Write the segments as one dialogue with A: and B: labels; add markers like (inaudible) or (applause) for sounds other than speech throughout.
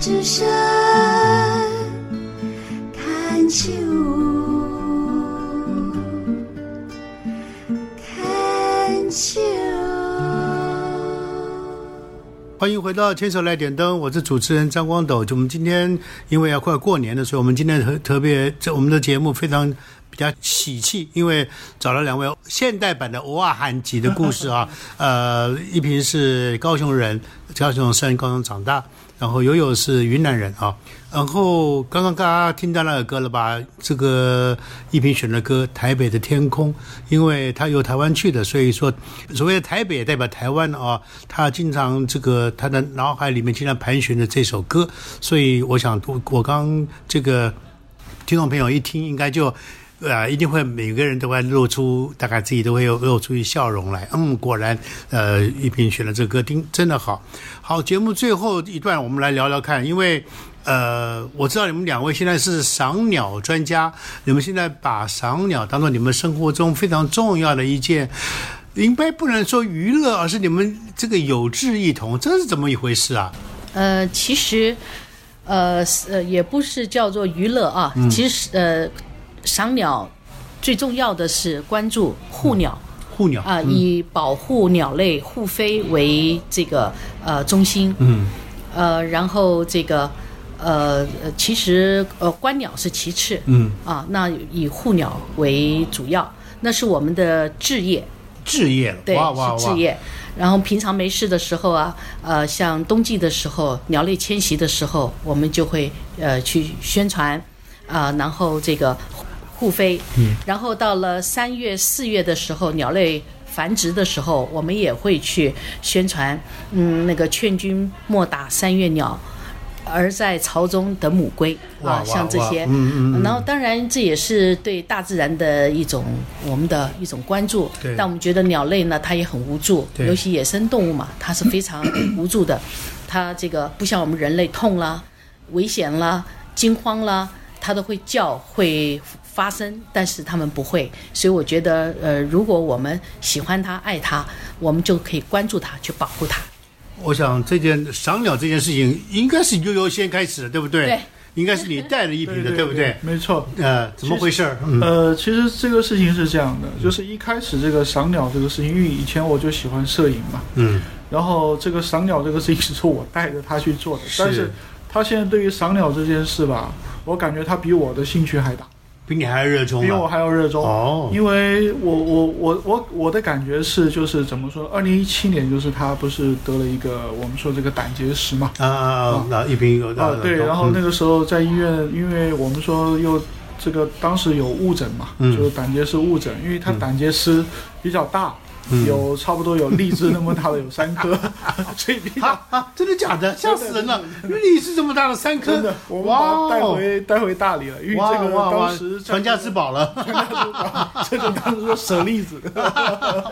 A: 之声看秋，看秋。
B: 欢迎回到《牵手来点灯》，我是主持人张光斗。就我们今天因为要快过年了，所以我们今天特特别这我们的节目非常比较喜气，因为找了两位现代版的《偶尔韩籍》的故事啊。呃，一平是高雄人，高雄生，高雄长大，然后友友是云南人啊。然后刚刚大家听到那个歌了吧？这个一平选的歌《台北的天空》，因为他由台湾去的，所以说所谓的台北也代表台湾啊。他经常这个他的脑海里面经常盘旋着这首歌，所以我想我我刚这个听众朋友一听应该就。呃，一定会每个人都会露出，大概自己都会有露出一笑容来。嗯，果然，呃，一平选的这个歌听真的好。好，节目最后一段我们来聊聊看，因为呃，我知道你们两位现在是赏鸟专家，你们现在把赏鸟当做你们生活中非常重要的一件，应该不能说娱乐，而是你们这个有志一同，这是怎么一回事啊？
C: 呃，其实，呃是呃，也不是叫做娱乐啊，
B: 嗯
C: 其实呃，赏鸟最重要的是关注护鸟
B: 护鸟
C: 啊、以保护鸟类护飞为这个呃中心。
B: 嗯，
C: 呃，然后这个呃呃，其实呃观鸟是其次。
B: 嗯
C: 啊，那以护鸟为主要，那是我们的置业。
B: 置业了，
C: 对，
B: 哇哇
C: 是置
B: 哇！
C: 业。然后平常没事的时候啊，呃，像冬季的时候，鸟类迁徙的时候，我们就会呃去宣传，啊、然后这个护护飞。嗯。然后到了三月、四月的时候，鸟类繁殖的时候，我们也会去宣传，嗯，那个劝君莫打三月鸟。而在巢中等母龟
B: 哇
C: 啊
B: 哇，
C: 像这
B: 哇
C: 些，
B: 嗯
C: 然后当然这也是对大自然的一种我们的一种关注
B: 对，
C: 但我们觉得鸟类呢，它也很无助，
B: 对
C: 尤其野生动物嘛，它是
B: (coughs)
C: 非常无助的，它这个不像我们人类痛啦、危险啦、惊慌啦，它都会叫会。发声，但是它们不会，所以我觉得，呃，如果我们喜欢它、爱它，我们就可以关注它，去保护它。
B: 啊我想这件赏鸟这件事情应该是悠悠先开始的，对不对？
C: 对，
B: 应该是你带了一瓶的，对不对？
D: 没错。
B: 呃，怎么回事儿？嗯，
D: 呃，其实这个事情是这样的，就是一开始这个赏鸟这个事情，因为以前我就喜欢摄影嘛，
B: 嗯，
D: 然后这个赏鸟这个事情是我带着他去做的，
B: 是
D: 但是他现在对于赏鸟这件事吧，我感觉他比我的兴趣还大，
B: 比你还热衷
D: 比我
B: 啊！
D: 还要热衷。
B: 哦，
D: 因为我我我我我的感觉是，就是怎么说，二零一七年就是他不是得了一个我们说这个胆结石嘛，
B: 啊啊啊！那嗯一瓶有
D: 啊哦对，然后那个时候在医院，因为我们说又这个当时有误诊嘛，
B: 嗯
D: 就是胆结石误诊，因为他胆结石比较大，
B: 嗯
D: 有差不多
B: (laughs)
D: 有荔枝那么大的有三颗， (laughs) 所以比较
B: 啊啊，真的假的？吓死人了！你是这么大的三颗
D: 真的，我们
B: 哇
D: 把它
B: 哦
D: 带回带回大理了，因为
B: 哇
D: 这个
B: 哇
D: 当
B: 哇
D: 时，在
B: 传家之宝了， (laughs)
D: (laughs) 这个当时是舍利子。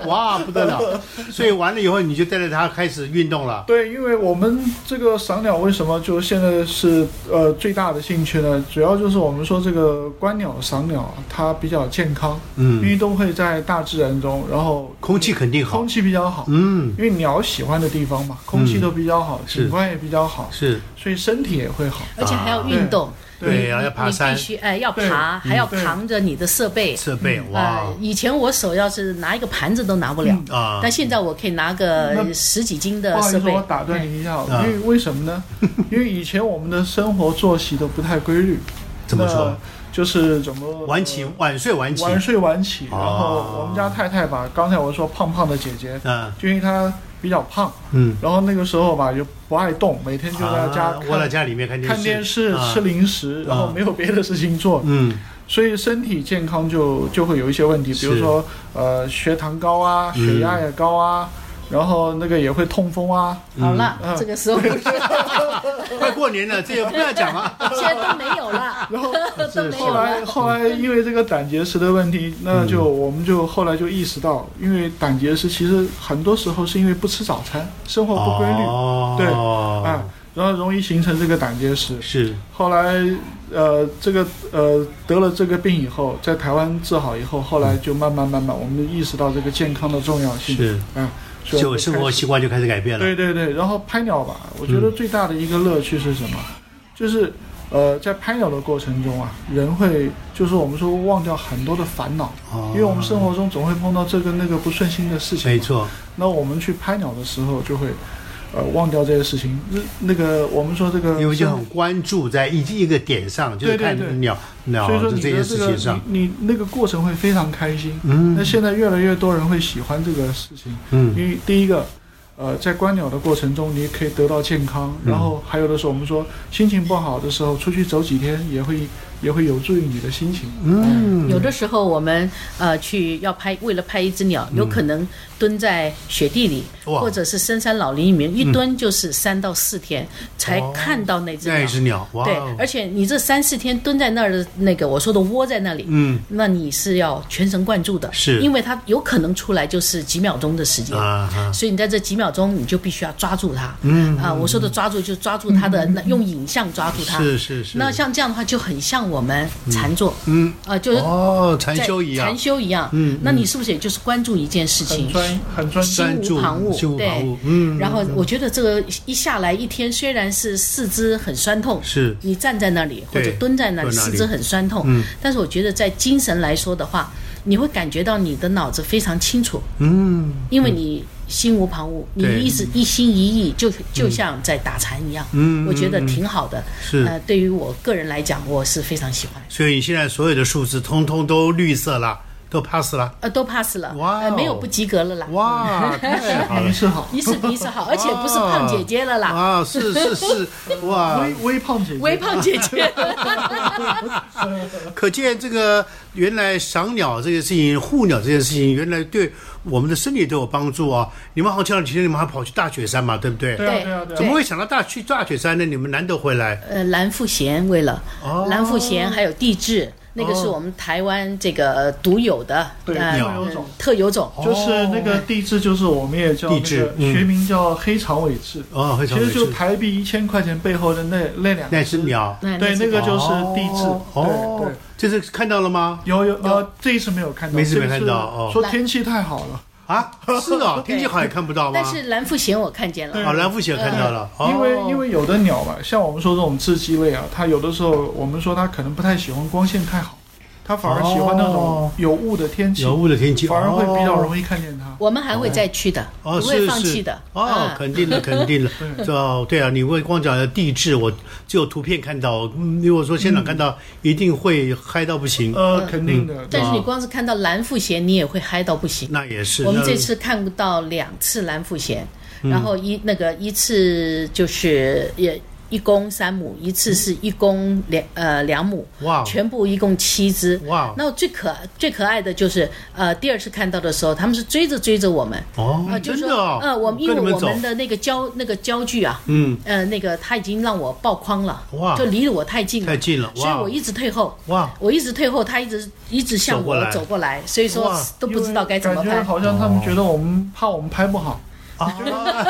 B: 哇，不得
D: (laughs)
B: 了！所以完了以后，你就带着它开始运动了。
D: 对，因为我们这个赏鸟为什么就现在是呃最大的兴趣呢？主要就是我们说这个观鸟、赏鸟啊，它比较健康，因
B: 嗯，
D: 为都会在大自然中，然后
B: 空气肯定好
D: 空。气比较好，
B: 嗯，
D: 因为鸟喜欢的地方嘛，空气都比较好，
B: 是
D: 景观也比较好，
B: 是
D: 所以身体也会好。
C: 而且还要运动，
D: 对
C: 你
B: 对要
C: 你
B: 要爬山嗯
C: 你必须哎要
D: 对
C: 爬，还要
D: 对
C: 扛着你的设备，
B: 设备哇
C: 啊，以前我手要是拿一个盘子都拿不了，
B: 啊
C: 但现在我可以拿个
D: 嗯那
C: 十几斤
D: 不
C: 的
D: 好意
C: 设
D: 思，
C: 备哎
D: 我。打断你一下，
B: 嗯
D: 因为为什么
B: (laughs)
D: 呢？因为以前我们的生活作息都不太规律。
B: 怎么说
D: 那？就是怎么
B: 晚起晚睡晚起，
D: 嗯晚睡晚起，
B: 哦
D: 然后我们家太太吧，刚才我说胖胖的姐姐，
B: 嗯
D: 就因为她比较胖，
B: 嗯，
D: 然后那个时候吧就不爱动，每天就在家
B: 啊
D: 看
B: 窝在家里面看电视，
D: 看电视、
B: 啊
D: 吃零食，然后
B: 啊
D: 没有别的事情做，
B: 嗯
D: 所以身体健康就就会有一些问题，比如
B: 是
D: 说呃血糖高啊，
B: 嗯
D: 血压也高啊，然后那个也会痛风啊，
C: 好了，这个时候 (laughs) 现
B: 快过年了，这也不要讲啊了。
C: 在都没有了，
D: (laughs)
C: (laughs)
D: 然后。
C: 都没
D: 后
C: 有
D: 来，
C: 了。
D: 后来因为这个胆结石的问题，那就
B: 嗯
D: 我们就后来就意识到，因为胆结石其实很多时候是因为不吃早餐，生活 (laughs) 不规律，对啊
B: 哦，，
D: 然后容易形成这个胆结石。
B: 是
D: 后来，呃，这个呃得了这个病以后，在台湾治好以后，后来就慢慢慢慢，我们就意识到这个健康的重要性，
B: 是，
D: 啊，所以我
B: 就
D: 们
B: 生
D: 开
B: 活
D: 始
B: 习惯就开始改变了。嗯
D: 对对对，然后拍鸟吧，我觉得最大的一个乐趣是什么？就是呃，在拍鸟的过程中啊，人会就是我们说忘掉很多的烦恼，
B: 哦
D: 因为我们生活中总会碰到这个那个不顺心的事情嘛。
B: 没错，
D: 那我们去拍鸟的时候，就会呃忘掉这些事情。那那个我们说这个，
B: 因为就很关注在一一个点上，就是
D: 对对
B: 看
D: 嗯对
B: 鸟鸟
D: 所以说
B: 的
D: 你
B: 这
D: 的
B: 件
D: 这
B: 事
D: 个
B: 情上，
D: 你你那个过程会非常开心。那
B: 嗯
D: 现在越来越多人会喜欢这个事情，
B: 嗯
D: 因为第一个，呃，在观鸟的过程中，你可以得到健康，
B: 嗯
D: 然后还有的时候我们说心情不好的时候，出去走几天也会也会有助于你的心情。
B: 嗯，
C: 有的时候我们呃去要拍，为了拍一只
D: 嗯
C: 鸟，有可能蹲在雪地里，
B: 哇
C: 或者是深山老林里面，一蹲就是三到四天才
B: 哦
C: 看到那只
B: 那
C: 鸟
B: 也。是鸟，哇
C: 对
B: 哦，
C: 而且你这三四天蹲在那儿的那个我说的窝在那里，
B: 嗯
C: 那你是要全神贯注的，
B: 是
C: 因为它有可能出来就是几秒钟的时间。
B: 啊哈，
C: 所以你在这几秒钟，你就必须要抓住它。嗯啊，我说的抓住就抓住它的，那用影像抓住它。
B: 嗯是是是，
C: 那像这样的话，就很像我们禅坐，
B: 嗯
C: 啊，就是
B: 哦，禅
C: 在
B: 修一样
C: 禅，修一样。
B: 嗯
C: 那你是不是也就是关注一件事
D: 哎很
C: 情？
D: 专很专
C: 心
D: 心，
B: 专注
C: 无旁骛，
B: 心无
C: 对
B: 旁骛嗯
C: 然后我觉得这个一下来一天，虽然是四肢很酸痛，
B: 是
C: 你站在那里或
B: 对
C: 者蹲在那里，
B: 蹲那里
C: 四肢很酸痛，
B: 嗯
C: 但是我觉得在精神来说的话，你会感觉到你的脑子非常清楚，
B: 嗯
C: 因为你心无旁骛，你
B: 对
C: 一直一心一意，就就像在打禅一样，
B: 嗯
C: 我觉得
B: 嗯嗯
C: 挺好的。
B: 是
C: 呃，对于我个人来讲，我是非常喜欢。
B: 所以你现在所有的数字通通都绿色了，都 pass 了，
C: 呃，都 pass 了，
B: 哇哦
C: 呃，没有不及格了啦。
D: (laughs)
B: 哇，太好了
D: 仪。式好，
C: 一次比一次好，而且不是胖姐姐了啦，
B: 啊，是是是，哇！
D: 微微胖姐姐，
C: 微胖姐姐。
B: 可见这个原来赏鸟这件事情、护鸟这件事情，原来对我们的身体都有帮助啊！你们好像前两天你们还跑去大雪山嘛，对不对？
D: 对啊
C: 对
D: 对啊对啊
B: 怎么会想到大去大雪山呢？你们难得回来，
C: 呃，蓝富贤为了、
B: 哦
C: 蓝富贤还有地质，那个
B: 哦
C: 是我们台湾这个呃独有的，
D: 对
C: 呃
B: 鸟
D: 特有种哦
C: 特有种。
D: 就是那个地质，就是我们也叫那
B: 哦地质
D: 个
B: 嗯
D: 学名叫黑长尾雉，
B: 哦，非
D: 其
B: 常
D: 实就
B: 有趣
D: 台币一千块钱背后的那那两
B: 那只，
D: 只
B: 鸟，
C: 那
D: 对，那
C: 是
D: 个就是地质，对
B: 哦
D: 对。，
B: 这是看到了吗？
D: 有有呃，这一次没有看到，
B: 没事
D: 这一
B: 没看
D: 次
B: 到哦
D: 说天气太好了， (laughs)
B: 啊，是哦，天气好也看不到吗？
C: 但是蓝富贤我看见了，
D: 对
B: 哦，蓝富喜看到了，
D: 呃
B: 哦
D: 因为因
B: 为
D: 为有的鸟嘛，像我们说这种雉鸡类啊，它有的时候我们说它可能不太喜欢光线太好，它反而喜欢那
B: 哦
D: 种有雾的天气，
B: 有雾的天气，
D: 反而会比较容
B: 易。
D: 易看见它。
C: 我们还会再去的，
B: 哦，
C: 不会
B: 是
C: 放弃
B: 是
C: 的。
B: 哦
C: 啊，
B: 肯定
C: (laughs)
B: 的，肯定的。
D: 嗯
B: 哦，对啊，你会光讲地质，我只有图片看到，嗯如果说现场看到，一定会嗨到不
C: 嗯
B: 行。
D: 呃，肯定的，
C: 但是你
B: 啊
C: 光是看到蓝富贤，你也会嗨到不行。
B: 那也是。
C: 我们
B: 那
C: 这次看到两次蓝富贤，然后一那个一次就是也一公三母，一次是一公两呃两母，
B: 哇哦
C: 全部一共七只。
B: 哇哦
C: 那我最可最可爱的就是，呃，第二次看到的时候，他们是追着追着我们，
B: 哦
C: 啊、，就
B: 真
C: 是
B: 的
C: 说，
B: 哦，
C: 呃，我们因
B: 跟你
C: 为我
B: 们走，
C: 们的那个焦那个焦距啊，
B: 嗯，
C: 呃，那个他已经让我爆框了，
B: 哇
C: 就离我太近了，
B: 太近了，
C: 所以
B: 哇哦
C: 我一直退后，
B: 哇，
C: 我一直退后，他一直一直向
B: 走过
C: 我
B: 来
C: 走过来，所以说
B: 哇哎
C: 都不知道该怎么
D: 感觉
C: 办。
B: 哦
D: 好像他们觉得我们怕我们拍不好，
C: (laughs)
B: 啊，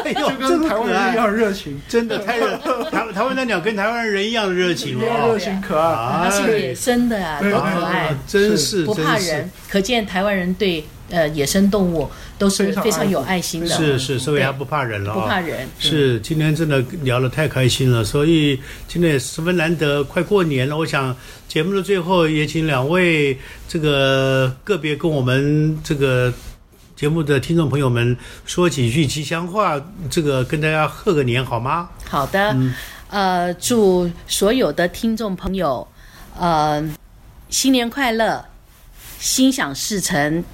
B: 哎呦
D: 就，跟
B: 真
D: 台湾
B: 可
D: 人一
B: 爱，
D: 样热情，
B: 真的太
D: (laughs)
B: 热，台台湾的鸟跟台湾人一样的热情
D: 一样热
B: 哦，
D: 情可爱。
B: 啊
C: 它是野生的啊，
D: 对
C: 多
D: 对
C: 可爱
B: 啊，真是
C: 不怕
B: 真是
C: 人，可见台湾人对呃野生动物都是
D: 非常
C: 非常
D: 爱
C: 有
D: 护
C: 爱心的，
B: 是是，所以
C: 对
B: 他不怕人了、啊，
C: 不怕人。
B: 是，今天真的聊得太开心了，所以今天也十分难得，快过年了。我想节目的最后也请两位这个个别跟我们这个节目的听众朋友们说几句吉祥话，这个跟大家贺个年好吗？
C: 好的，呃，祝所有的听众朋友，呃，新年快乐，心想事成，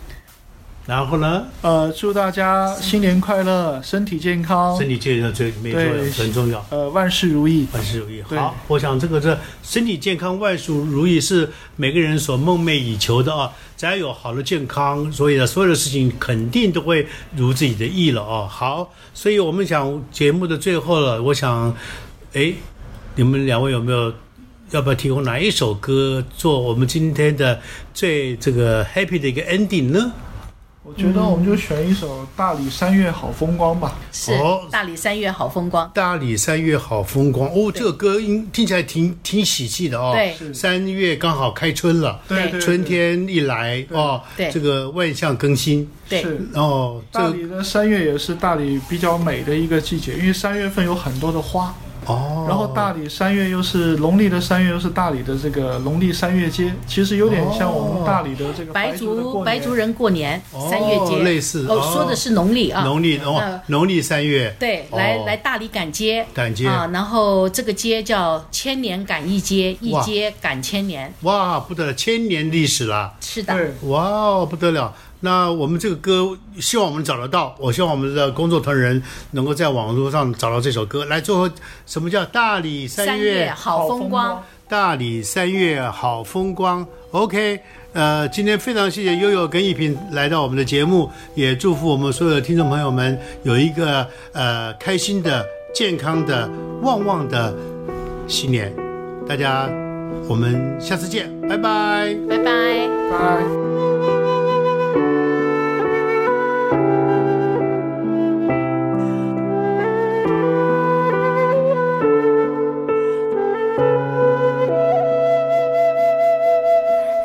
B: 然后呢，
D: 呃，祝大家新年快乐，身体健康
B: 身，体健康最没错，
D: 对
B: 很重要。
D: 呃，万事如意。
B: 万事如意。
D: 对
B: 好，我想这个这身体健康、万事如意是每个人所梦寐以求的啊。只要有好的健康，所以呢，所有的事情肯定都会如自己的意了啊。好，所以我们想节目的最后了，我想，哎，你们两位有没有？要不要提供哪一首歌做我们今天的最这个 happy 的一个 ending 呢？
D: 我觉
B: 嗯
D: 得我们就选一首《大理三月好风光》吧。
C: 是、
B: 哦
C: 大理三月好风光。
B: 大理三月好风光哦，这个歌音听起来挺挺喜气的哦。
C: 对
D: 是
B: 三月刚好开春了，
C: 对
D: 对，
B: 春天一来哦，
C: 对
B: 这个万象更新
C: 对，
D: 是
B: 哦，这
D: 大理的三月也是大理比较美的一个季节，因为三月份有很多的花，
B: 哦，
D: 然后大理三月又是农历的三月，又是大理的这个农历三月街，其实有点像我们大理的这个
C: 白
D: 族的过
C: 族
D: 年
C: 哦白族人过年
B: 哦
C: 三月节
B: 类似
C: 哦
B: 哦，
C: 说的是农历啊，
B: 农历哦
C: 那，
B: 农历三月，
C: 对，
B: 哦
C: 来来大理赶街，
B: 赶街
C: 啊，然后这个街叫千年赶一街，一
B: 哇
C: 街赶千年，
B: 哇，不得了，千年历史了。
C: 是的，
D: 对，
B: 哇哦，不得了！那我们这个歌，希望我们找得到。我希望我们的工作团人能够在网络上找到这首歌。来，最后什么叫大理三
C: 三
B: 月？
C: 月啊好
D: 风
C: 风光。
B: 大理三月好风光。OK，呃，今天非常谢谢悠悠跟一平来到我们的节目，也祝福我们所有的听众朋友们有一个呃开心的、健康的、旺旺的新年。大家，我们下次见，拜拜。
C: 拜拜。
D: 拜。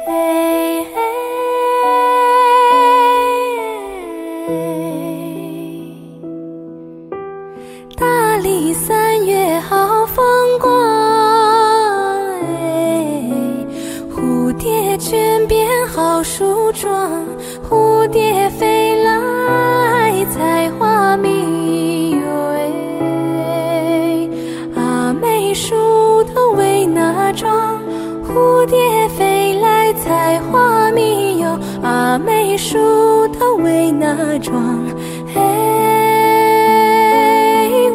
A: 哎哎哎大理三月好风光，哎蝴蝶倦变好梳妆，蝴蝶飞来采花蜜哟哎，阿妹梳头为哪桩？蝴蝶飞来采花蜜哟，啊阿妹梳头为哪桩？嘿，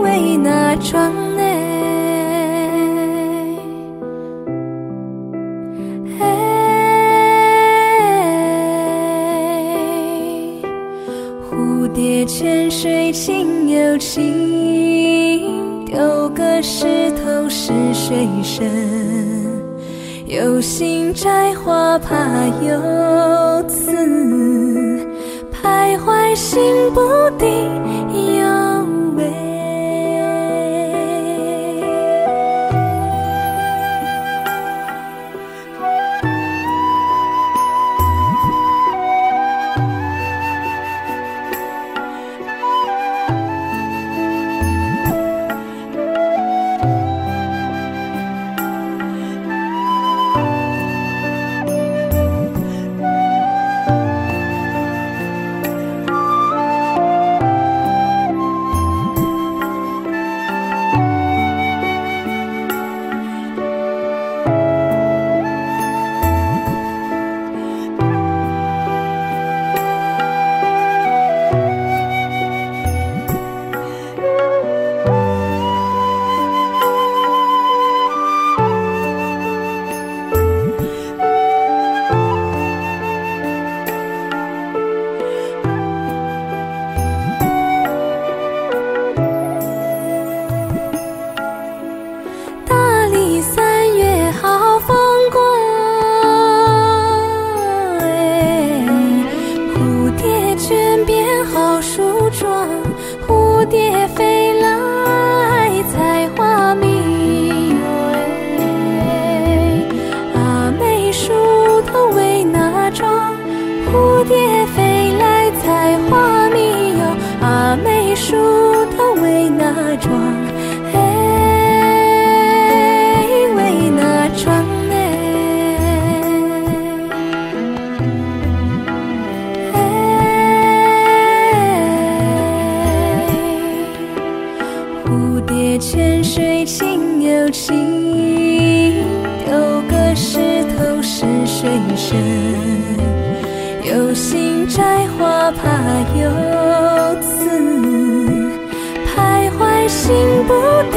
A: 为哪桩呢？嘿。蝴蝶泉水清又清，丢个石头是水深。有心摘花怕有刺，徘徊心不定有味。大理三月好风光，哎，蝴蝶倦变好梳妆，蝴蝶飞来采花蜜哟哎，阿妹梳头为哪桩？蝴蝶飞来采花蜜哟，啊阿妹梳头为哪桩？哎，为哪桩哎？哎。蝴蝶泉水清又清，丢个石头是水深。有心摘花怕有刺，徘徊心不定